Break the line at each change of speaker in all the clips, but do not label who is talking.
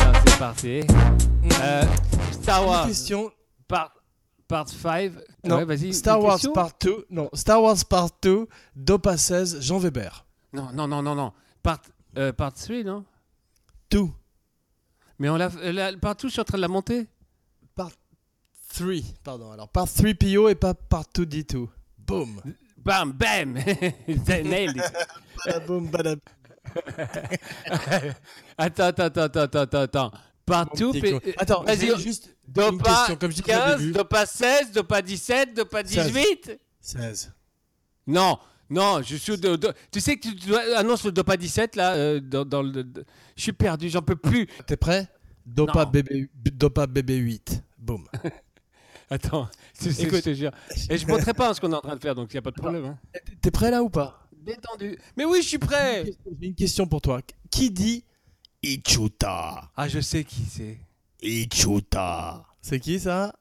aparté. Euh, Star
Mm. Une
Wars
question.
Part, part 5.
Non,
ouais, vas-y.
Star
une
Wars
question
Part 2. Non, Star Wars Part 2, Dopa 16, Jean Weber.
Non, non, non, non, non. Part, euh, part 3, non
Tout.
Mais on l'a, euh, la- Part 2, je suis en train de la monter.
Part 3, pardon. Alors, Part 3 PO et pas Part 2 D2. Boom.
Bam, bam Nailed it.
Badaboum, badab-
Attends, attends, attends, attends, attends, attends, attends. Part 2, P-
Attends,
vas-y,
vas-y, juste une
Dopa
question, comme je disais au
15,
début.
Dopa 16, Dopa 17, Dopa
16.
18
16.
Non, non, je suis. au do- do- tu sais que tu dois- annonces le Dopa 17 là euh, dans, dans le. de- Je suis perdu, j'en peux plus.
T'es prêt Dopa
Non.
BB, Dopa BB 8. Boom.
Attends, c'est c'est-
Écoute.
je te jure. Et je montrerai pas hein, ce qu'on est en train de faire, donc il n'y a pas de problème. hein.
T'es prêt là ou pas
Détendu. Mais oui, je suis prêt.
J'ai une question pour toi. Qui dit Ichuta
Ah, je sais qui c'est.
Ichuta C'est qui ça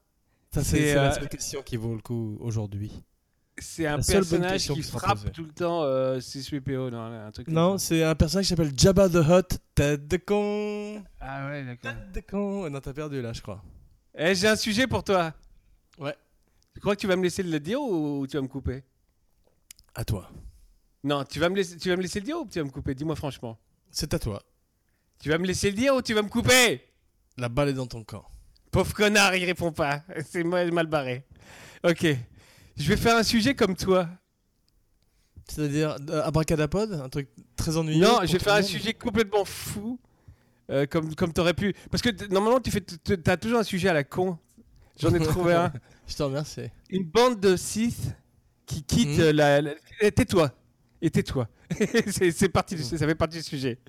Ça,
C'est,
c'est c'est la
euh,
seule question qui vaut le coup aujourd'hui.
C'est un
La seule bonne
personnage
question
qui
qui sera
frappe
posée.
tout le temps euh, C3PO, non, un truc. comme
Non,
ça.
c'est un personnage qui s'appelle Jabba the Hutt, tête de con.
Ah ouais, d'accord.
Tête de con. Non, t'as perdu là, je crois.
Eh, j'ai un sujet pour toi.
Ouais.
Tu crois que tu vas me laisser le dire ou tu vas me couper
À toi.
Non, tu vas me laisser, tu vas me laisser le dire ou tu vas me couper Dis-moi franchement.
C'est à toi.
Tu vas me laisser le dire ou tu vas me couper
La balle est dans ton camp.
Pauvre connard, il répond pas. C'est mal, mal barré. Ok. Je vais faire un sujet comme toi.
C'est-à-dire euh, abracadapod, un truc très ennuyeux.
Non,
pour
je vais
tout
faire
le
un
monde.
sujet complètement fou. euh, comme comme t'aurais pu. Parce que t- normalement, tu fais, t- t- t'as toujours un sujet à la con. J'en ai trouvé un.
Je te remercie.
Une bande de Sith qui quitte
Mhm.
euh, la. la- Eh, Tais-toi. Et tais-toi. c'est c'est parti, du-
Mhm.
ça fait partie du sujet.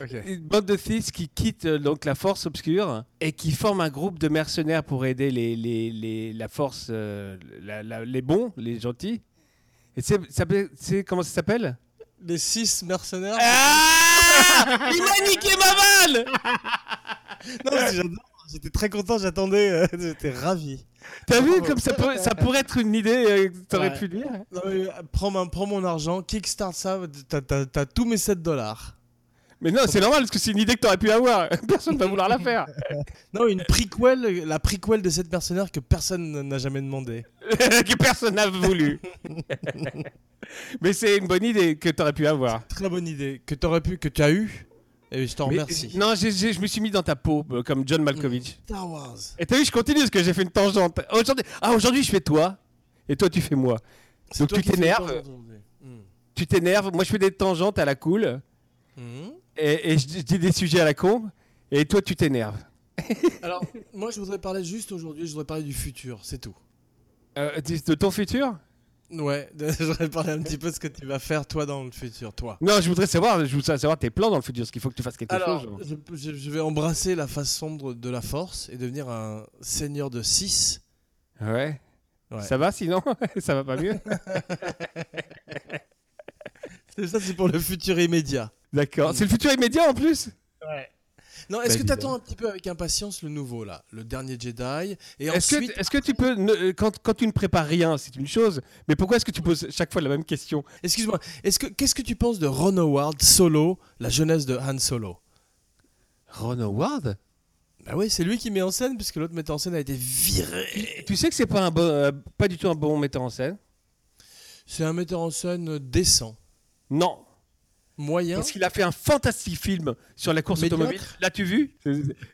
Ok.
Une bande de Sith qui quitte euh, donc la Force obscure et qui forme un groupe de mercenaires pour aider les, les, les- la Force, euh, la- la- les bons, les gentils. Et c'est ça s'appelle- c'est- comment ça s'appelle
Les six mercenaires.
Ah Il m'a niqué ma balle
Non, mais j'adore. J'étais très content, j'attendais, euh, j'étais ravi.
T'as vu
Bravo.
comme ça pourrait, ça pourrait être une idée euh, que t'aurais
Ouais.
pu lire
Non, mais, euh, prends, ma- prends mon argent, kickstart ça, t'as- t'as t'as tous mes 7 dollars.
Mais non, c'est normal parce que c'est une idée que t'aurais pu avoir. Personne va vouloir la faire.
Non, une prequel, la prequel de 7 mercenaires que personne n'a jamais demandé.
que personne n'a voulu. Mais c'est une bonne idée que tu aurais pu avoir.
Ah. Très bonne idée que t'aurais pu, que tu as eu. Et je t'en
Mais-
remercie.
non, j'ai- j'ai- je me suis mis dans ta peau, euh, comme John Malkovich.
Star Wars.
Et t'as vu, je continue parce que j'ai fait une tangente. Aujourd'hui, ah, aujourd'hui, je fais toi. Et toi, tu fais moi.
C'est
Donc
toi
tu
qui fais
t'énerves.
le temps aujourd'hui. Hmm.
Tu t'énerves. Moi, je fais des tangentes à la cool.
Hmm.
Et, et je, je dis des sujets à la con. Et toi, tu t'énerves.
Alors, moi je voudrais parler juste aujourd'hui, je voudrais parler du futur, c'est tout.
Euh, dis- de ton futur
Ouais, je voudrais parler un petit peu de ce que tu vas faire toi dans le futur, toi.
Non, je voudrais savoir, je voudrais savoir tes plans dans le futur. Parce qu'il faut que tu fasses quelque
Alors,
chose. hein.
je, je- je vais embrasser la face sombre de la force et devenir un seigneur de 6.
Ouais.
Ouais.
Ça va sinon Ça va pas mieux
Ça, c'est pour le futur immédiat.
D'accord. C'est le futur immédiat en plus
Non, est-ce
Bah,
que t'attends un petit peu avec impatience le nouveau, là Le dernier Jedi Et
Est-ce
ensuite,
que, est-ce que tu peux, ne- euh, quand, quand tu ne prépares rien, c'est une chose, mais pourquoi est-ce que tu poses chaque fois la même question
excuse-moi, est-ce que, qu'est-ce que tu penses de Ron Howard solo, la jeunesse de Han Solo
Ron Howard
Bah oui, c'est lui qui met en scène, puisque l'autre metteur en scène a été viré.
Tu sais que c'est pas, un bon, euh, pas du tout un bon metteur en scène
C'est un metteur en scène décent,
Non.
moyen.
Parce qu'il a fait un fantastique film sur la course
Médiocre.
automobile. L'as-tu vu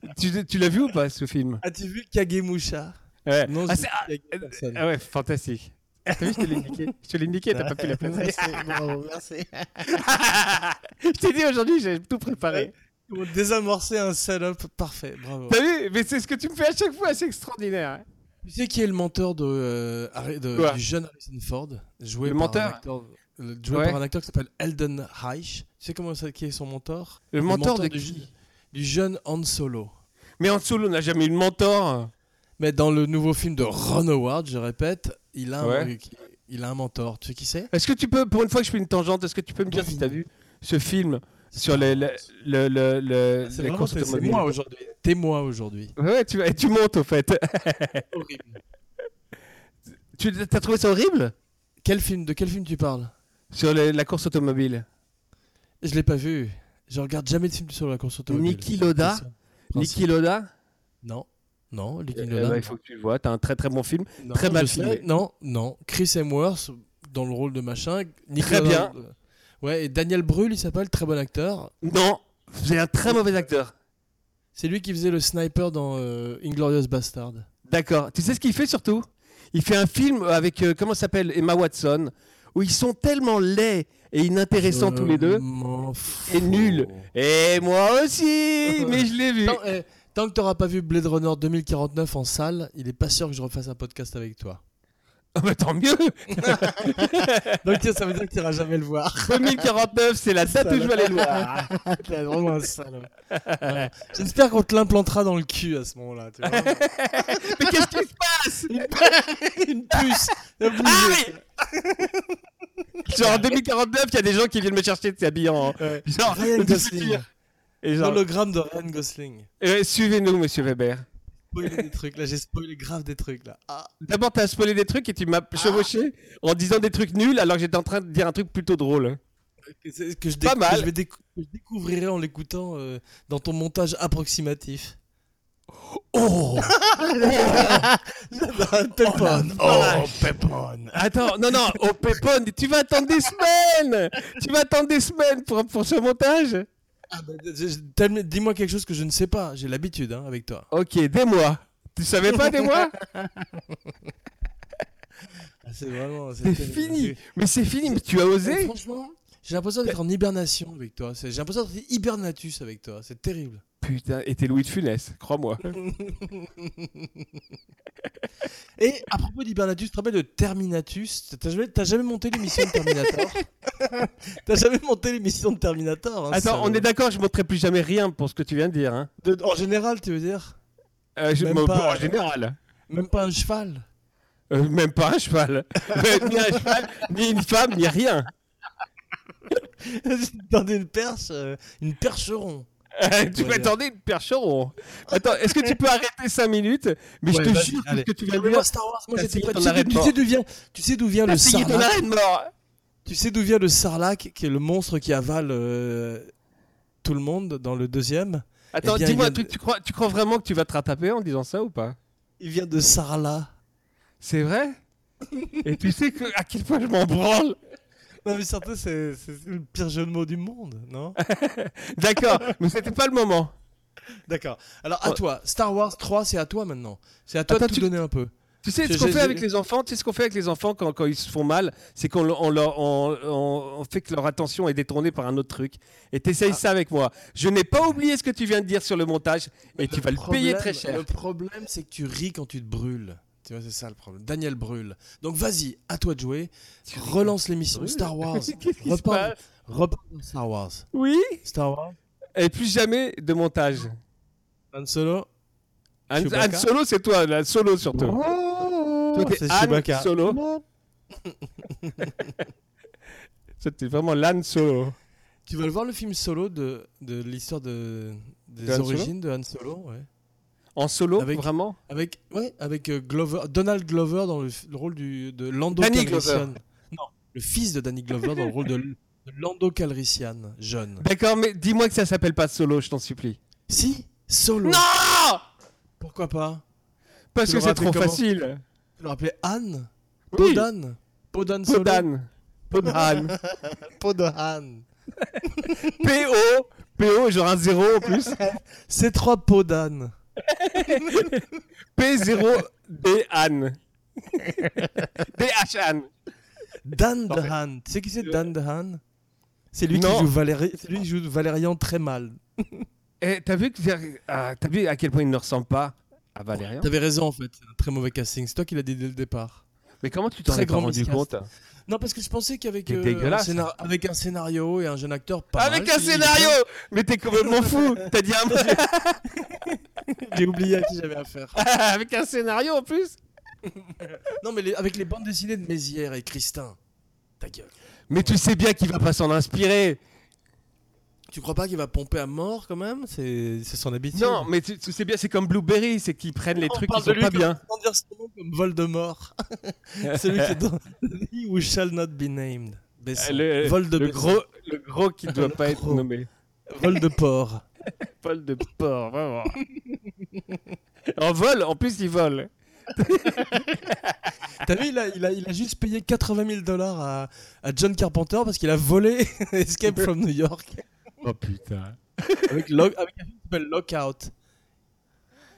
tu, tu l'as vu ou pas ce film
As-tu vu Kagemusha
ouais.
Non,
ah,
j'ai
c'est-
vu Kagemusha.
ah ouais, fantastique. T'as vu, je te l'ai niqué. Je te l'ai niqué, t'as pas pu la placer.
bravo, merci.
je t'ai dit aujourd'hui, j'ai tout préparé.
Pour euh, désamorcer un salope, parfait, bravo.
T'as vu Mais c'est ce que tu me fais à chaque fois, c'est extraordinaire.
Bah, Tu sais qui est le mentor de, euh, Harry- de-
Quoi
du jeune Harrison Ford joué
Le
par
menteur
un acteur, le- joué
Ouais.
par un acteur qui s'appelle Elden Reich. Tu sais comment ça, qui est son mentor
Le mentor, de
du,
qui
je- du jeune Han Solo.
Mais en dessous, on n'a jamais eu de mentor.
Mais dans le nouveau film de Ron Howard, je répète, il a un,
Ouais.
il a un mentor. Tu sais qui c'est
Est-ce que tu peux, pour une fois que je fais une tangente, est-ce que tu peux me dire
Oui.
si t'as vu ce film sur les, le, le, le, le-
Ah, C'est
les
vraiment-
courses
c'est- c'est
automobiles
moi aujourd'hui. T'es moi aujourd'hui.
Ouais, tu, vas- et tu montes au fait.
Horrible.
tu as trouvé ça horrible
Quel film De quel film tu parles
Sur les- la course automobile.
Je l'ai pas vu. Je regarde jamais de film sur la course automobile.
Niki Loda
principe.
Niki Loda
Non, non, Lick
Eh
and
ben,
Loda,
Il faut que tu le vois. T'as un très très bon film.
non.
très
Non,
mal
je sais,
filmé.
Non, non. Chris Hemsworth dans le rôle de machin. Nick
Très
Loda- Ouais, et Daniel Brühl, il s'appelle, très bon acteur.
Non, c'est un très mauvais acteur.
C'est lui qui faisait le sniper dans euh, Inglorious Bastard.
D'accord. Tu sais ce qu'il fait surtout Il fait un film avec, euh, comment ça s'appelle Emma Watson, où ils sont tellement laids et inintéressants tous les deux.
Et
Et nul. Et moi aussi, mais je l'ai vu.
Tant, eh, tant que t'auras pas vu Blade Runner 2049 en salle, il est pas sûr que je refasse un podcast avec toi.
Ah bah, tant mieux.
Donc tiens, ça veut dire que t'iras jamais le voir.
2049, c'est la date où je vais aller le voir.
Ah, T'es vraiment un salaud. Voilà. J'espère qu'on te l'implantera dans le cul à ce moment-là. tu vois.
Mais qu'est-ce qui se
Une puce.
passe Ah, Genre en 2049, il y a des gens qui viennent me chercher de s'habiller en.
Ouais.
Genre,
Ah, Ryan
du
Gosling.
futur. Et genre,
L'hologramme de Ryan Gosling.
euh, suivez-nous, monsieur Weber.
Spoiler des trucs là, j'ai spoilé grave des trucs là. Ah.
D'abord, t'as spoilé des trucs et tu m'as chevauché en disant des trucs nuls alors que j'étais en train de dire un truc plutôt drôle.
que c'est- que je,
Pas
décou-
mal.
que je vais décou- que je découvrirai en l'écoutant euh, dans ton montage approximatif.
Oh
Pepone Oh, Pepone
Attends, non, non, au Pépone, tu vas attendre des semaines Tu vas attendre des semaines pour, pour ce montage
Ah, bah, je- je- t'aimes- Dis-moi quelque chose que je ne sais pas, j'ai l'habitude hein, avec toi.
Ok, des mois. Tu savais pas des mois
Ah, c'est vraiment.
C'est fini Mais c'est fini, mais tu as
Eh,
osé
Franchement, j'ai l'impression d'être en hibernation avec toi. C'est- J'ai l'impression d'être hibernatus avec toi, c'est terrible.
Putain, et t'es Louis de Funès, crois-moi.
Ah, Et à propos d'hibernatus, tu te rappelles de Terminatus T'as jamais, t'as jamais monté l'émission de Terminator T'as jamais monté l'émission de Terminator hein,
Attends, on
salaud.
est d'accord, je montrerai plus jamais rien pour ce que tu viens de dire. Hein.
De- En général, tu veux dire
Euh, je-
Même
bon,
pas.
en général.
Même pas un cheval
Euh, même pas un cheval. ni un cheval, ni une femme, ni rien.
Dans une perche, euh, une percheron.
Euh, tu
Ouais.
m'attendais une percheron. Attends, est-ce que tu peux arrêter 5 minutes Mais
Ouais,
je te
vas-y,
jure, que ce
allez.
que tu viens de
Regarde
dire,
Star Wars, moi
T'as
j'étais
signé
pas. Tu
ton
sais
arrêt
d'où-
de
tu
mort.
sais d'où vient, tu sais d'où vient
t'as
le
signé ton
sarlac
arrêt de mort.
Tu sais d'où vient le sarlac, qui est le monstre qui avale euh, tout le monde dans le deuxième
Attends,
Eh bien,
dis-moi
il
un
vient
truc, tu crois, tu crois vraiment que tu vas te rattraper en disant ça ou pas
Il vient de Sarla.
C'est vrai Et tu sais que, à quel point je m'en branle
Non mais surtout c'est c'est le pire jeu de mots du monde, non
D'accord, mais c'était pas le moment.
D'accord. Alors à
Ouais.
toi, Star Wars 3 c'est à toi maintenant. C'est à toi
Attends,
de tout
tu-
donner un peu.
Tu sais
Je-
ce qu'on
je-
fait
je-
avec les enfants Tu sais ce qu'on fait avec les enfants quand, quand ils se font mal C'est qu'on le- on leur- on- on- on fait que leur attention est détournée par un autre truc. Et t'essayes
Ah.
ça avec moi. Je n'ai pas oublié ce que tu viens de dire sur le montage et tu vas le payer très cher.
Le problème c'est que tu ris quand tu te brûles. Tu vois c'est ça le problème. Daniel brûle. Donc vas-y, à toi de jouer. Relance l'émission
brûles
Star Wars.
Qu'est-ce qui se
Repars
passe
repars dans Star Wars.
Oui
Star Wars.
Et plus jamais de montage.
Han
Oh.
Solo.
Han,
Chewbacca.
Han Solo, c'est toi, là, Solo surtout. Oh, Toi, t'es
Oh, c'est
Han
Chewbacca.
Solo. Toi, t'es vraiment l'Han Solo.
Tu vas le voir le film Solo de, de l'histoire de, des
De Han Solo
origines de Han Solo, ouais.
En solo,
Avec-
vraiment
Avec, ouais, avec euh, Glover, Donald Glover dans le, f- le rôle du, de Lando
Danny
Calrissian.
Glover.
Non, le fils de Danny Glover dans le rôle de, L- de Lando Calrissian, jeune.
D'accord, mais dis-moi que ça s'appelle pas Solo, je t'en supplie.
Si, Solo.
Non
Pourquoi pas
Parce
Tu
que
l'auras
c'est trop
appelé comment
facile.
Tu l'as appelé Anne
Oui.
Podan Podan Solo
Podan. Podan.
Podan.
P-O. P-O, genre un zéro en plus.
C'est trois Podan.
P-0-D Anne. D-H Anne.
Dan
Non, mais-
DeHaan. Tu sais qui c'est Dan DeHaan C'est lui, qui
Non.
joue Valérie- c'est lui qui joue Valérian très mal.
Eh, t'as vu, que... ah, t'as vu à quel point il ne ressemble pas à Valérien
T'avais raison en fait, c'est un très mauvais casting. C'est toi qui l'as dit dès le départ.
Mais comment tu t'en
Très
es pas
grand
rendu
miscast.
compte
Non, parce que je pensais qu'avec
T'es
euh, un,
dégueulasse.
scénar- avec un scénario et un jeune acteur pas
Avec
mal,
un
il-
scénario Mais t'es complètement fou T'as dit un
J'ai oublié à qui j'avais affaire.
Avec un scénario en plus
Non, mais les- avec les bandes dessinées de Mézières et Christin. Ta gueule.
Mais tu sais bien qu'il va pas s'en inspirer
Tu crois pas qu'il va pomper à mort quand même C'est c'est son habitude.
Non, mais tu, tu sais bien, c'est comme Blueberry, c'est qu'ils prennent les
On
trucs qui
parle
sont
de lui
pas
comme-
bien.
Sans dire son nom comme Voldemort. Celui qui est dans He Who Shall Not Be Named. Besson.
Euh, le-
Vol de
Le
Besson.
gros, le gros qui ne doit
Le
pas être
gros.
nommé.
Vol de porc.
Paul de porc, vraiment. en vol, en plus, il vole.
T'as vu, il a, il, a, il a juste payé 80 000 dollars à, à John Carpenter parce qu'il a volé Escape from New York
Oh putain.
avec, Lock- avec un film qui s'appelle Lockout.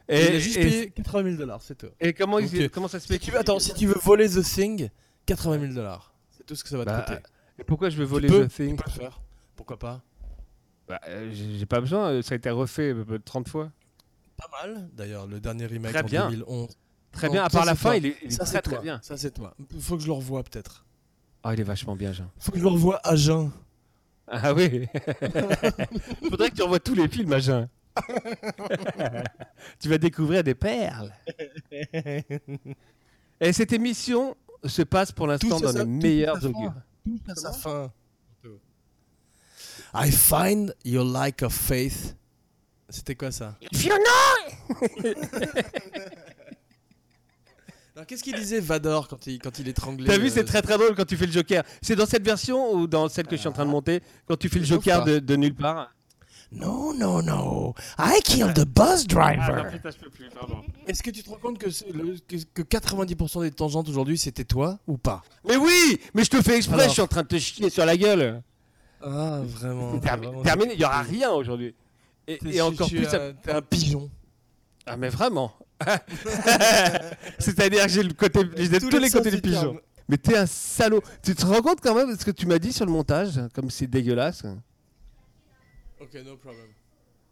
Et, il a juste payé 80 000 dollars, c'est tout.
et comment, il-
Donc, euh,
comment ça se fait
Si tu veux, attends, si tu veux voler The Thing, 80 000 dollars. C'est tout ce que ça va te
Bah,
coûter.
Et Pourquoi je veux voler
tu peux,
The
tu
Thing
peux le faire. Pourquoi pas
Bah, euh, J'ai j'ai pas besoin, euh, ça a été refait euh, 30 fois.
Pas mal, d'ailleurs, le dernier remake
Très
en
bien.
2011.
Très
Non,
bien, à
ça,
part la
c'est
fin,
toi.
il est, il est
Ça,
très
c'est
très
toi.
bien.
Ça, c'est toi. Faut que je le revoie, peut-être.
Ah, il est vachement bien, Jean.
Faut que je le revoie à jeun.
Ah oui Faudrait que tu revoies tous les films à Jean. tu vas découvrir des perles. Et cette émission se passe pour l'instant
Tout
dans
ça,
les
tout
meilleurs
ça,
augures.
à sa fin. I find your lack of faith. C'était quoi ça Alors qu'est-ce qu'il disait Vador quand il, quand il étranglait
T'as vu,
euh,
c'est très très drôle quand tu fais le Joker. C'est dans cette version ou dans celle que je suis en train de monter Quand tu fais le
Je trouve
Joker
pas.
de, de nulle part
No, no, no. I killed the bus driver.
Ah, je peux plus, pardon.
Est-ce que tu te rends compte que, c'est le- que, que 90% des tangentes aujourd'hui c'était toi ou pas
Mais oui Mais je te fais exprès,
Alors.
je suis en train de te chier sur la gueule.
Ah, vraiment.
C'est terminé, terminé, il n'y aura rien aujourd'hui. Et, et encore plus. ça-
Un, t'es un pigeon.
Ah, mais vraiment C'est-à-dire que j'ai le côté, j'ai tous, les, côtés du pigeon. Mais t'es un salaud. Tu te rends compte quand même de ce que tu m'as dit sur le montage Comme c'est dégueulasse. hein.
Ok, no problem.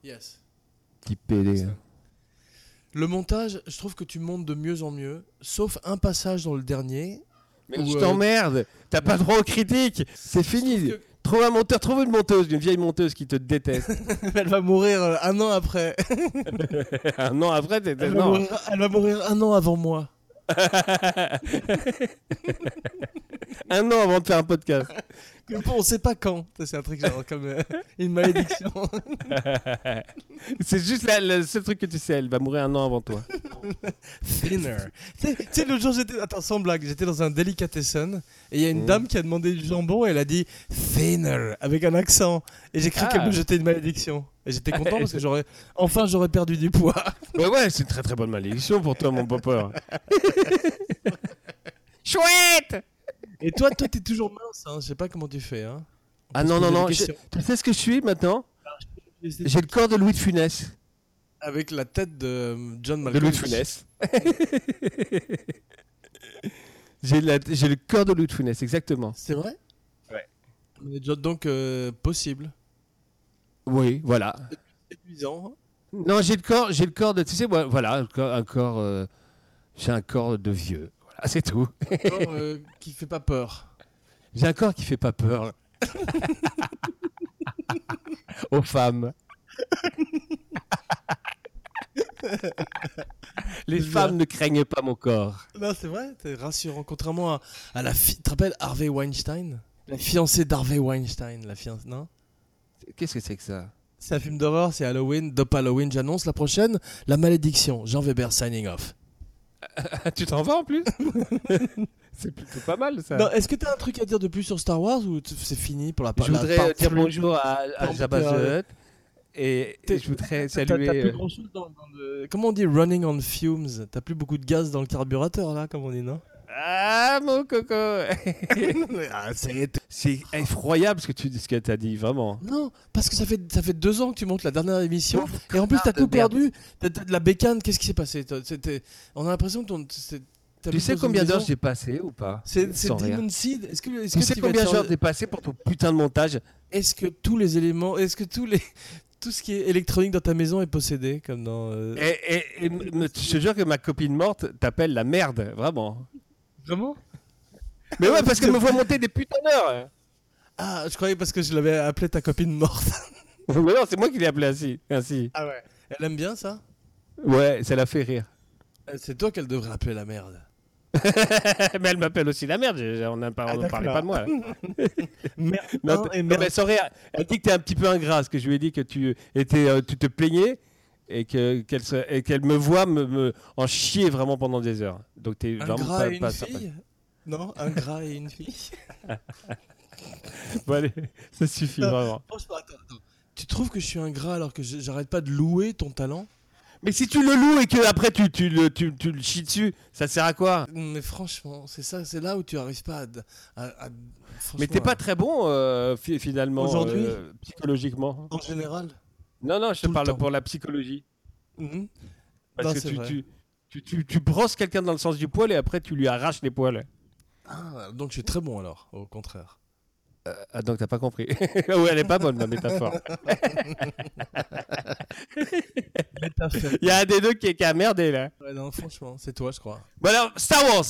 Yes.
Petit pédé.
Le montage, je trouve que tu montes de mieux en mieux, sauf un passage dans le dernier.
Mais
Ou,
je
euh,
t'emmerde T'as pas droit aux critiques C'est
Je
fini
trouve
Trouve un monteur, trouve une monteuse, une vieille monteuse qui te déteste.
que- Elle va mourir euh, un an après.
un an après, t'es...
Elle va,
non.
mourir, elle va mourir un an avant moi.
un an avant de faire un podcast.
Comme pour on sait pas quand. Ça, C'est un truc genre comme euh, une malédiction.
c'est juste la- le seul truc que tu sais, elle va mourir un an avant toi.
Thinner. tu sais- tu sais, l'autre jour, j'étais. Attends, sans blague, j'étais dans un délicatessen et il y a une
Mm.
dame qui a demandé du jambon et elle a dit Thinner avec un accent. Et j'ai cru
Ah.
qu'elle me jetait une malédiction. Et j'étais content parce que j'aurais. Enfin, j'aurais perdu du poids.
Ouais, ouais, c'est une très très bonne malédiction pour toi, mon popper. Chouette
Et toi, toi, t'es toujours mince, hein. Je sais pas comment tu fais, hein.
Ah non, non, non, je- tu sais ce que je suis maintenant J'ai le corps de Louis de Funès.
Avec la tête de euh, John
De
Malkovich.
Louis de Funès. J'ai la- j'ai le corps de Louis de Funès, exactement.
C'est vrai
Ouais.
Mais John, donc, euh, possible.
Oui, voilà.
Séduisant.
Non, j'ai le corps, j'ai le corps de, tu sais, moi, voilà, un corps, un corps, euh, j'ai un corps de vieux. Voilà, c'est tout.
Encore, euh, qui fait pas peur.
J'ai un corps qui fait pas peur. Aux femmes. Les
C'est
femmes ne craignent pas mon corps.
Non, Bah, c'est vrai, t'es rassurant. Contrairement à, à la fille. Tu te rappelles Harvey Weinstein La fiancée d'Harvey Weinstein, la fiancée. Non
Qu'est-ce que c'est que ça
C'est un film d'horreur, c'est Halloween. Dope Halloween, j'annonce la prochaine La malédiction. Jean Weber signing off.
Tu t'en vas en plus C'est plutôt pas mal ça.
Non, est-ce que t'as un truc à dire de plus sur Star Wars ou t- c'est fini pour la
je
la
voudrais
part-
euh, dire bonjour à, à
Parle-
Jabba the Hutt et
T'es-
je voudrais
T'as- t'as-
saluer.
T'as plus
euh,
grand chose dans, dans le. Comment on dit running on fumes T'as plus beaucoup de gaz dans le carburateur là, comme on dit, non
Ah mon coco
Ah, c'est-
C'est effroyable ce que tu ce que t'as dit vraiment.
Non, parce que ça fait, ça fait deux ans que tu montes la dernière émission. et en plus, t'as tout perdu. T'as t'as de la bécane, qu'est-ce qui s'est passé T'as- c'était- On a l'impression que ton. c'est- t'as
Tu
vu
sais
dans une
combien d'heures
maison
j'ai passé ou pas
C'est c'est
Sans rire.
Demon Seed Est-ce que, est
Tu Euh. sais combien d'heures j'ai passé pour ton putain de montage
Est-ce que tous les éléments. Est-ce que tous les. Tout ce qui est électronique dans ta maison est possédé comme dans. euh,
Et, et- et m- me- je te jure que ma copine morte t'appelle la merde, vraiment.
Vraiment
Mais ouais, parce qu'elle me voit monter des putains d'heures.
Ah, je croyais parce que je l'avais appelé ta copine morte.
Mais non, c'est moi qui l'ai appelée ainsi. ainsi.
Ah ouais. Elle aime bien ça
Ouais, ça la fait rire.
Euh, C'est toi qu'elle devrait appeler la merde.
Eh, mais elle m'appelle aussi la merde, je- je- on ne
Ah, d'accord.
parlait pas de moi.
Merde.
Non,
hein,
t-
et
non,
merde.
mais sans rire, elle dit que t'es un petit peu ingrat, parce que je lui ai dit que tu, étais, euh, tu te plaignais et que- qu'elle se- et qu'elle me voit me, me en chier vraiment pendant des heures. Donc t'es
Un
vraiment
gras
pas,
et une
pas sympa.
fille Non, un gras et une fille.
Bon, allez, ça suffit
Non.
vraiment.
Oh, Franchement, attends, attends. Tu trouves que je suis ingrat alors que je- j'arrête pas de louer ton talent
Mais si tu le loues et que après tu, tu, le, tu, tu le chies dessus, ça sert à quoi
Mais franchement, c'est ça, c'est là où tu arrives pas à. à- à-
Mais t'es
franchement,
pas très bon euh, fi- finalement
hein. Aujourd'hui
euh, psychologiquement.
en général.
Non, non, je te
Tout le
parle
temps.
pour la psychologie.
Mhm.
Parce
Non,
que
c'est
tu,
vrai.
tu, tu, tu- tu brosses quelqu'un dans le sens du poil et après tu lui arraches les poils.
Ah, donc je suis très bon alors, au contraire.
Ah, donc t'as pas compris. ouais, elle est pas bonne ma métaphore. Il y a un des deux qui est qui a merdé là.
Ouais, non, franchement, c'est toi, je crois.
Bon alors, Star Wars.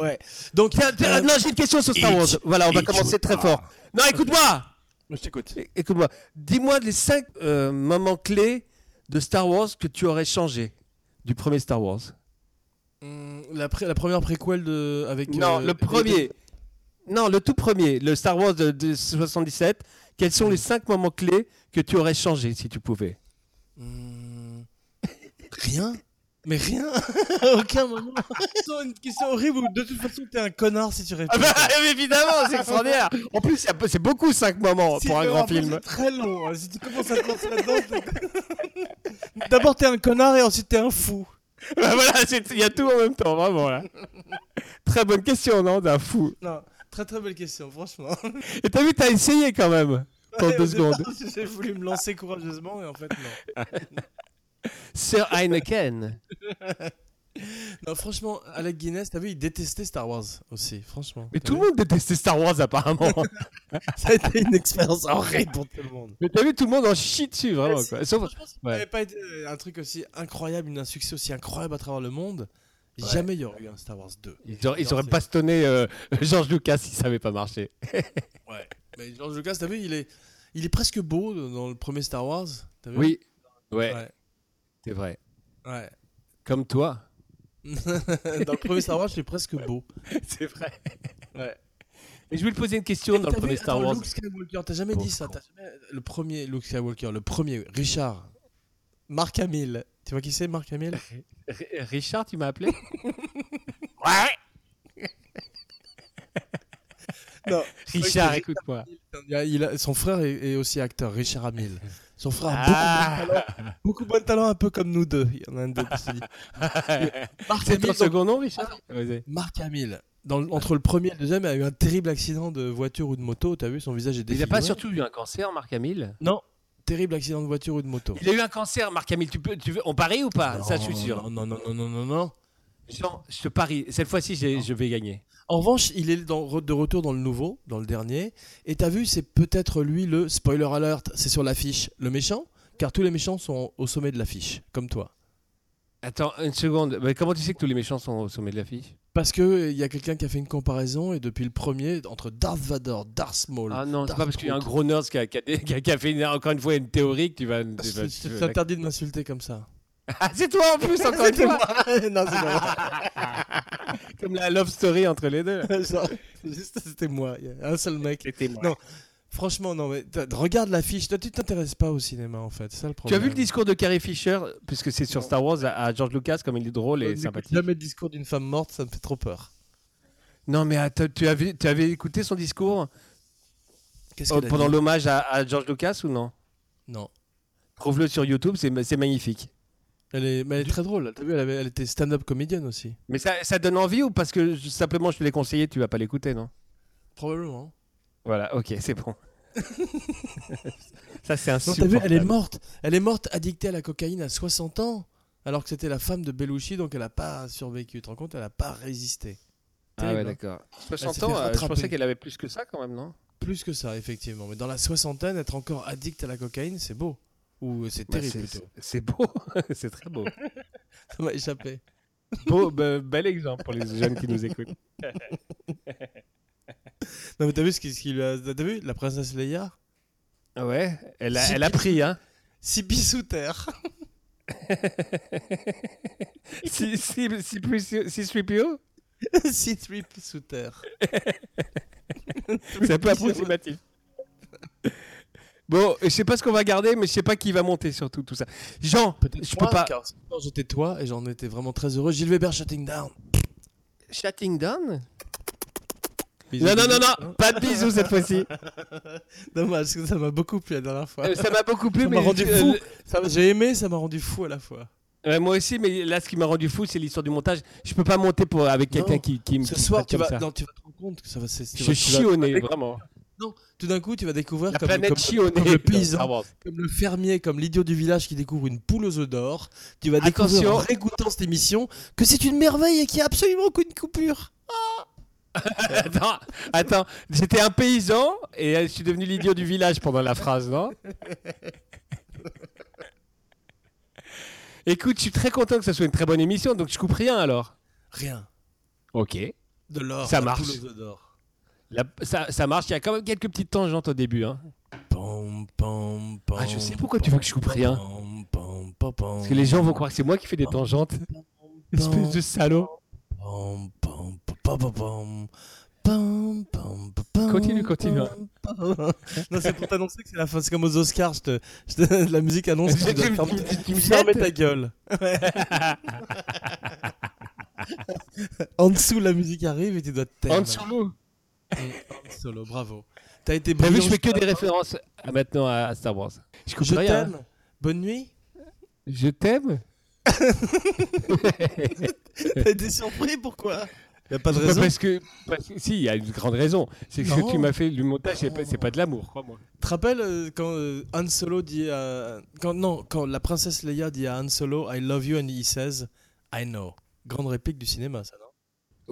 Ouais. Donc, euh,
Tiens, tiens, non, j'ai une question sur Star
et
Wars.
tu-
Voilà, on va
et
commencer
tu-
très fort. Non, écoute-moi
je t'écoute.
É- Écoute-moi, dis-moi les cinq euh, moments clés de Star Wars que tu aurais changé du premier Star Wars.
Hmm, la, pré- la première préquel de avec.
non,
euh,
le premier. Non, le tout premier, le Star Wars de, de 77. Quels sont les cinq moments clés que tu aurais changé si tu pouvais
Hmm. Rien Mais rien À Aucun moment C'est une question horrible où de toute façon t'es un connard si tu réponds.
Ah bah, évidemment, c'est extraordinaire. En plus, il y a- c'est beaucoup cinq moments
Si,
pour un
mais
grand
en plus,
film.
C'est très long. hein. Si tu commences à te lancer là-dedans. t'es- D'abord t'es un connard et ensuite t'es un fou.
Bah voilà, c'est- il y a tout en même temps, vraiment là. Très bonne question, non, d'un fou.
Non, très très belle question, franchement.
Et t'as vu, t'as essayé quand même pendant
Ouais,
deux
au départ,
secondes.
J'ai voulu me lancer courageusement et en fait non.
Sir Heineken.
Non, franchement, Alec Guinness, t'as vu, il détestait Star Wars aussi, franchement.
Mais
T'as
tout le
vu
monde détestait Star Wars apparemment.
Ça a été une expérience horrible pour tout le monde.
Mais t'as vu, tout le monde en chie dessus, vraiment.
Ouais,
quoi. Sauf...
Franchement, si ça
Ouais.
n'avait pas été euh, un truc aussi incroyable, une- un succès aussi incroyable à travers le monde,
Ouais.
jamais il y aurait eu un Star Wars 2.
Ils auraient, ils
Non,
auraient
c'est-
bastonné euh, George Lucas si ça avait pas marché.
Ouais. Mais George Lucas, t'as vu, il est, il est presque beau dans le premier Star Wars. T'as vu
Oui. Euh, Ouais,
Ouais.
c'est vrai.
ouais.
Comme toi.
dans le premier Star Wars, il est presque beau.
c'est vrai.
Ouais.
Mais je voulais te poser une question dans le
T'as
premier
vu,
Star
attends,
Wars.
Luke Skywalker, t'as jamais
Pauvre
dit ça.
con.
t'as jamais- Le premier Luke Skywalker, le premier, Richard. Marc Hamill. Tu vois qui c'est, Marc Hamill
R- Richard, tu m'as appelé Ouais
Non.
Richard, écoute-moi.
Il a- il a- son frère est, est aussi acteur, Richard Hamill. Son frère a
Ah.
beaucoup, bon talent, beaucoup bon talent, un peu comme nous deux. Il y en a un deux qui se dit. Marc
C'est
Hamill,
ton
donc- Ah,
second nom, Richard Vas-y.
Marc Hamill, dans le- entre le premier et le deuxième, a eu un terrible accident de voiture ou de moto. T'as vu, son visage est
Il
défiguré.
n'a pas surtout eu un cancer, Marc Hamill
Non, terrible accident de voiture ou de moto.
Il a eu un cancer, Marc Hamill. Tu peux, tu veux, on parie ou pas Ça, je suis
Non,
sûr.
Non, non, non, non, non, non.
Jean, je te parie. Cette fois-ci, j'ai- je vais gagner.
En revanche, il est dans- re- de retour dans le nouveau, dans le dernier. Et t'as vu, c'est peut-être lui le spoiler alert. C'est sur l'affiche, le méchant, car tous les méchants sont au sommet de l'affiche, comme toi.
Attends une seconde. Mais comment tu sais que tous les méchants sont au sommet de l'affiche
Parce que euh, il y a quelqu'un qui a fait une comparaison et depuis le premier, entre Darth Vader, Darth Maul.
Ah non, c'est
Darth
pas parce qu'il y a un
Vader.
gros nerd qui a, qui a- qui a- qui a fait une- encore une fois une théorie que tu vas. tu vas-
Ah, C'est
tu vas-
c'est interdit de m'insulter comme ça.
Ah, c'est toi en plus, encore une fois
non, c'est pas
Comme la love story entre les deux.
vrai. Genre, juste, C'était moi. Il y a un seul mec.
C'était
Non, Franchement, non, mais t'as- regarde l'affiche. Toi, tu t'intéresses pas au cinéma en fait. C'est ça le
Tu as
problème.
vu le discours de Carrie Fisher, puisque c'est sur Star Wars, à, à George Lucas, comme il est drôle
Je
et
n'écoute
sympathique.
Jamais le discours d'une femme morte, ça me fait trop peur.
Non, mais attends, tu avais, tu avais écouté son discours
Qu'est-ce
euh,
qu'elle a
pendant
dit
l'hommage à, à George Lucas ou non
Non.
Trouve-le sur YouTube, c'est c'est magnifique.
Elle est, mais elle est très drôle. T'as vu, elle, avait- elle était stand-up comédienne aussi.
Mais ça, ça donne envie ou parce que je- simplement je te l'ai conseillé, tu vas pas l'écouter, non
Probablement. hein.
Voilà, ok, c'est bon. ça, c'est Ah un
Non, t'as vu, elle est morte. Elle est morte addictée à la cocaïne à 60 ans, alors que c'était la femme de Belushi, donc elle n'a pas survécu. Tu te rends compte, elle n'a pas résisté.
Ah ouais,
Terrible, hein.
d'accord.
Elle s'est
60
fait
ans, euh, je
rattraper.
pensais qu'elle avait plus que ça quand même, non
Plus que ça, effectivement. Mais dans la soixantaine, être encore addict à la cocaïne, c'est beau. Ou c'est
Bah,
terrible
c'est-
plutôt.
C'est beau, c'est très beau.
Ça m'a échappé.
beau be- bel exemple pour les jeunes qui nous écoutent.
Non, mais t'as vu ce qu'il ce qu'il lui a. T'as vu la princesse Leia
Ouais, elle a,
Si-
elle a pris, hein.
Six pieds sous terre.
6 3PO
Six trips sous terre.
C'est un peu approximatif. Bon, je sais pas ce qu'on va garder, mais je sais pas qui va monter surtout tout ça. Jean, je peux
Moi,
pas.
car sinon, j'étais toi et j'en étais vraiment très heureux. Gilles Weber shutting down.
Shutting down
Bisous,
Non, non, non,
bisous.
non, pas de bisous cette fois-ci.
Dommage, parce que ça m'a beaucoup plu la dernière fois.
Euh, Ça m'a beaucoup plu,
Ça
mais
m'a rendu
euh,
fou. Ça- J'ai aimé, ça m'a rendu fou à la fois.
Ouais, moi aussi, mais là, ce qui m'a rendu fou, c'est l'histoire du montage. Je peux pas monter pour, avec quelqu'un
Non.
qui, qui me.
Ce
qui me
soir,
traite
tu
comme ça.
vas, non, tu vas te rendre compte que ça va. c'est- tu
Je
vas- tu vas-
chie au nez, vraiment.
Tout d'un coup, tu vas découvrir
La
comme,
planète Ah,
comme-
chie au nez.
comme le
dans
paysan.
Star Wars.
comme le fermier, comme l'idiot du village qui découvre une poule aux œufs d'or. Tu vas découvrir
Attention.
en réécoutant cette émission que c'est une merveille et qu'il n'y a absolument aucune coupure.
attends, attends. j'étais un paysan et euh, je suis devenu l'idiot du village pendant la phrase, non Écoute, je suis très content que ça soit une très bonne émission, donc je coupe rien alors.
Rien.
Ok.
De l'or.
Ça
la
marche.
poule aux œufs d'or.
La- ça, ça marche, il y a quand même quelques petites tangentes au début. Hein.
Pam, pam, pam,
Ah, je sais pourquoi tu veux que je coupe rien.
pam, pam, pam, pam,
Parce que les gens vont croire que c'est moi qui fais des tangentes. Espèce de salaud.
pam, pam, pam, pam, pam, pam, pam, pam,
Continue, continue.
pam, pam. Non, c'est pour t'annoncer que c'est la fin. C'est comme aux Oscars. Je te, je te- la musique annonce. que tu dois fermer-
Tu me
Fermez
jettes
ta gueule. en dessous, la musique arrive et tu dois te taire.
En dessous.
Et Han Solo, bravo. T'as été
T'as
brillant.
vu, je fais que des références à- maintenant à à Star Wars. Je coupe
Je
rien. hein.
t'aime. Bonne nuit.
Je t'aime.
T'as été surpris, pourquoi Y a pas de
Bah,
raison.
Parce que, parce que- si, il y a une grande raison. C'est que ce
Non.
que tu m'as fait du montage, c'est pas,
Non.
c'est pas de l'amour, crois-moi.
Te rappelles euh, quand euh, Han Solo dit à... Quand, non, quand la princesse Leia dit à Han Solo « I love you » and he says « I know ». Grande réplique du cinéma, ça, non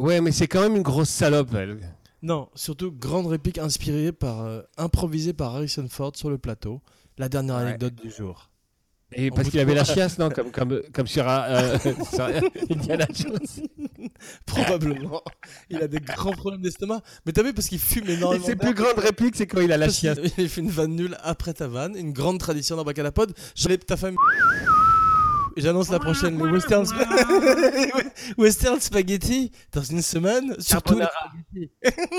Ouais, mais c'est quand même une grosse salope, elle.
Non, surtout grande réplique inspirée par... euh, improvisée par Harrison Ford sur le plateau. La dernière
Ouais.
anecdote du jour.
Et
On
parce
peut
qu'il avait la
pas-
chiasse, non Comme, comme, comme sur, euh, sur Indiana Jones.
Probablement. Il a des grands problèmes d'estomac. Mais t'as vu, parce qu'il fume
Et
énormément.
ses
d'air,
plus grandes répliques, c'est quand il a la
parce qu'il-
chiasse.
Il fait une vanne nulle après ta vanne. Une grande tradition dans Bacalapod. J'allais ta femme. Et j'annonce la prochaine. Le western, spa- western spaghetti dans une semaine. Surtout les-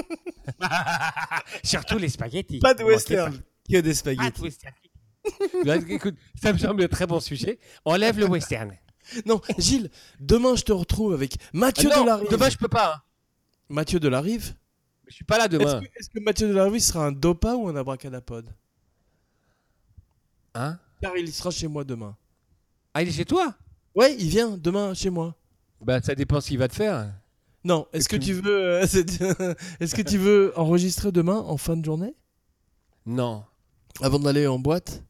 Carbonara. Surtout les spaghettis.
pas de
Manquez
western. Que
pas. Pas
des
de
spaghettis.
western. Là, Écoute, ça me semble un très bon sujet. Enlève le western.
Non, Gilles, demain je te retrouve avec Mathieu
Ah non,
Delarive.
demain, je peux pas. hein.
Mathieu Delarive.
Je suis pas là
Est-ce
demain.
que, est-ce que Mathieu Delarive sera un dopa ou un abracadapod
Hein
Car il sera chez moi demain.
ah, il est chez toi
Ouais, il vient demain chez moi.
Bah, ça dépend ce qu'il va te faire.
Non, est-ce que
tu-
tu veux euh, c'est- est-ce que tu veux enregistrer demain en fin de journée
Non.
avant d'aller en boîte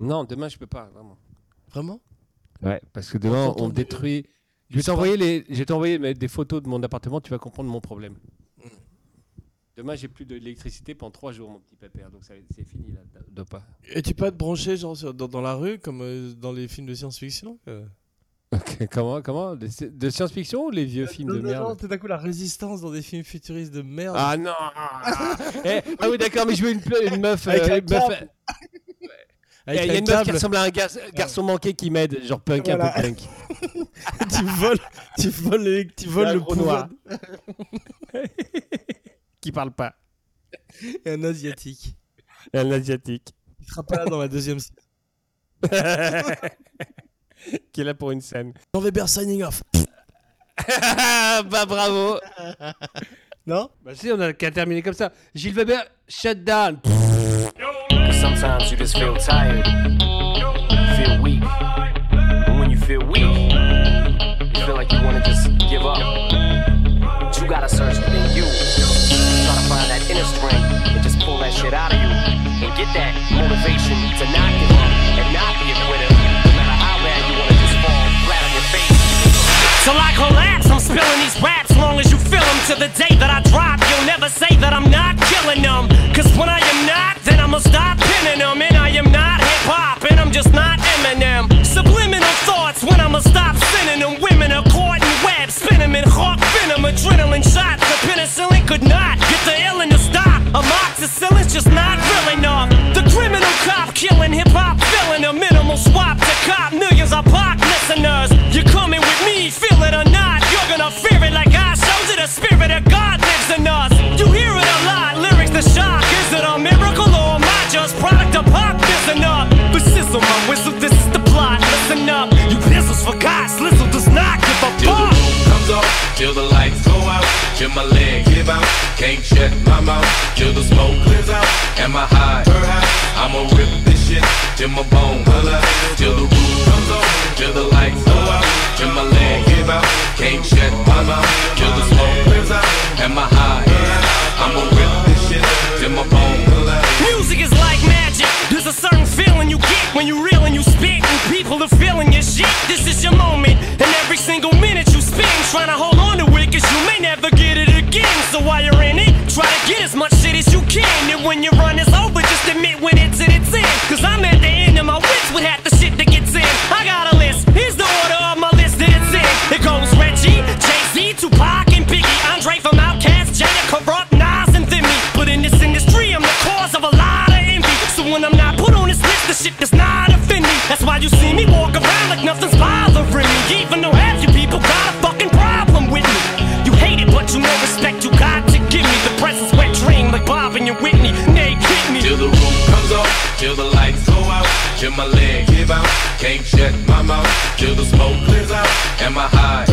Non, demain, je peux pas, vraiment.
Vraiment
Ouais, parce que demain,
Entends-tu
on détruit. Je vais t'envoyer les... je vais t'envoyer, mais, des photos de mon appartement, tu vas comprendre mon problème. Mm. Demain, j'ai plus d'électricité pendant trois jours, mon petit pépère. Donc, ça- c'est fini, là, de pas.
Et tu peux te brancher genre sur- dans, dans la rue comme euh, dans les films de science-fiction euh
comment comment De, de science-fiction ou les vieux films
Non,
de
non,
merde
non, tout à coup la résistance dans des films futuristes de merde.
Ah non Eh, Ah oui, d'accord, mais je veux une, ple- une meuf.
Avec
euh,
un
une meuf-
câble.
Il y
Avec
a
la
une meuf qui
table,
ressemble à un gar- garçon manqué qui m'aide, genre punk, un peu
Voilà.
punk.
tu voles tu voles les- tu voles
un
le
gros
pouvoir
qui parle pas.
et un asiatique.
Un asiatique.
Il sera pas là dans la deuxième saison.
qui est là pour une scène.
Jean Weber signing off.
bah bravo
Non
Bah si, on a qu'à terminer comme ça. Gilles Weber, shut down
Cause sometimes you just feel tired, feel weak. And when you feel weak, you feel like you wanna just give up. But you gotta search within you. Try to find that inner strength and just pull that shit out of you. And get that motivation to not give up and not be a quitter. No matter how bad you wanna just fall flat on your face.
Till I collapse, I'm spilling these raps long as you feel them. To the day that I drop, you'll never say that I'm not killing them. Cause when I am not, then I'ma stop pinning them. And I am not hip hop, and I'm just not Eminem. Subliminal thoughts when I'ma stop sending them. Women are caught in webs, spin 'em in hawk venom, adrenaline shots. The penicillin could not get the illin to stop. Amoxicillin's just not real enough. The criminal cop killing hip hop, filling a minimal swap to cop millions of pop listeners. You're coming with me, feel it or not. You're gonna fear it like I showed you. The spirit of God lives in us. You hear it a lot, lyrics the shock. Is it a miracle or am I just product of pop? Listen up, but sizzle my whistle. This is the plot. Listen up, you pistols for God. Slizzle does not give a
Till the
fuck.
roof comes off, till the lights go out, till my leg give out, can't shut my mouth till the smoke clears out. Am I high? I'ma rip this shit till my bone hurt out, till the roof comes on, till the lights go out, till my leg give out. Can't shut my mouth till the smoke clears out. Am I high? I'ma rip this shit till my bone hurt out.
Music is like magic. There's a certain feeling you get when you reel and you spit, and people are feeling your shit. This is your moment, and every single minute you spend trying to hold on to it, cause you may never get it again. So while you're in it, try to get as much shit as you can. And when your run is over, just admit when it's at its end. Cause I'm at the end of my wits with half the shit that gets in. I got a list, here's the order of my list that it's in. It goes Reggie, Jay Z, Tupac, and Biggie, Andre from Outkast, Jada, Corrupt, Nas, and Thimmy. But in this industry, I'm the cause of a lot of envy. So when I'm not put on this list, the shit does not offend me. That's why you see me walk around like nothing's bothering me. Even though half you people got a fucking problem with me. You hate it, but you know respect you got to give me. The presence wet dream like Bob and your Whitney. Nay, hit me.
Till the roof comes off, till the lights go out, till my leg give out. Can't shut my mouth, till the smoke clears out. Am I high?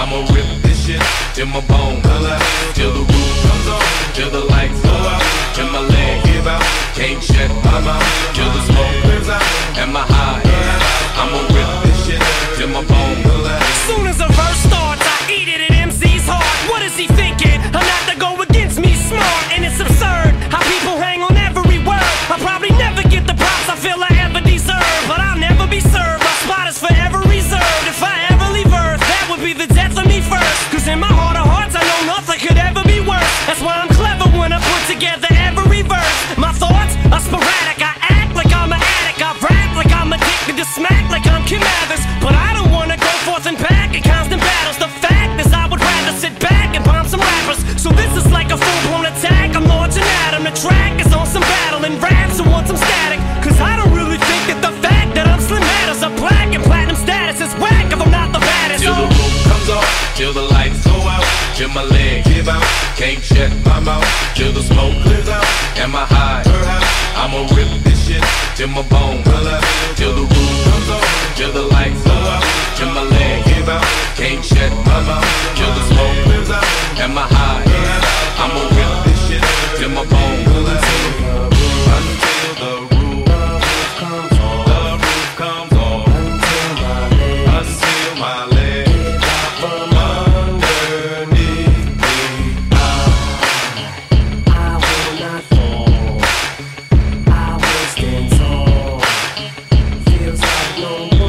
I'ma rip this shit till my bone hurt out, till the roof comes off, till the lights go out, till my leg give out. Can't shut my mouth, till the smoke clears out. Am I high? I'ma rip this shit till my bone hurt out.
Soon as a verse starts, I eat it at MC's heart. What is he thinking? I'm not to go against me, smart, and it's absurd how people hang on every word. I probably never get the props I feel I ever deserve, but I'll never be served. My spot is forever reserved. If I ever leave Earth, that would be the death of me first. Cause in my heart of hearts, I know nothing could ever be worse. That's why I'm clever when I put together every verse. My thoughts are sporadic. I act like I'm an addict. I rap like I'm addicted to smack like I'm Kim Mathers. But I don't wanna go forth and back in constant battles. The fact is, I would rather sit back and bomb some rappers. So this is like a full blown attack. I'm launching at 'em. The track is on some battle and raps who want some static. Cause I don't really think that the fact that I'm slim matters. I'm black and platinum status is whack if I'm not the baddest.
Till the
Oh.
roof comes off, till the lights go out, till my leg give out. Can't shut my mouth, till the smoke clears out. Am I high? I'ma rip this shit till my bone hurt out, till the roof comes off, till the lights go out, till my leg give out. Can't shut my mouth, till the smoke clears out. Am I high? I'ma rip this shit till my bone hurt out. Until the roof comes off, the roof comes off. Until my leg from underneath me.
I will not fall. I will stand tall. Feels like no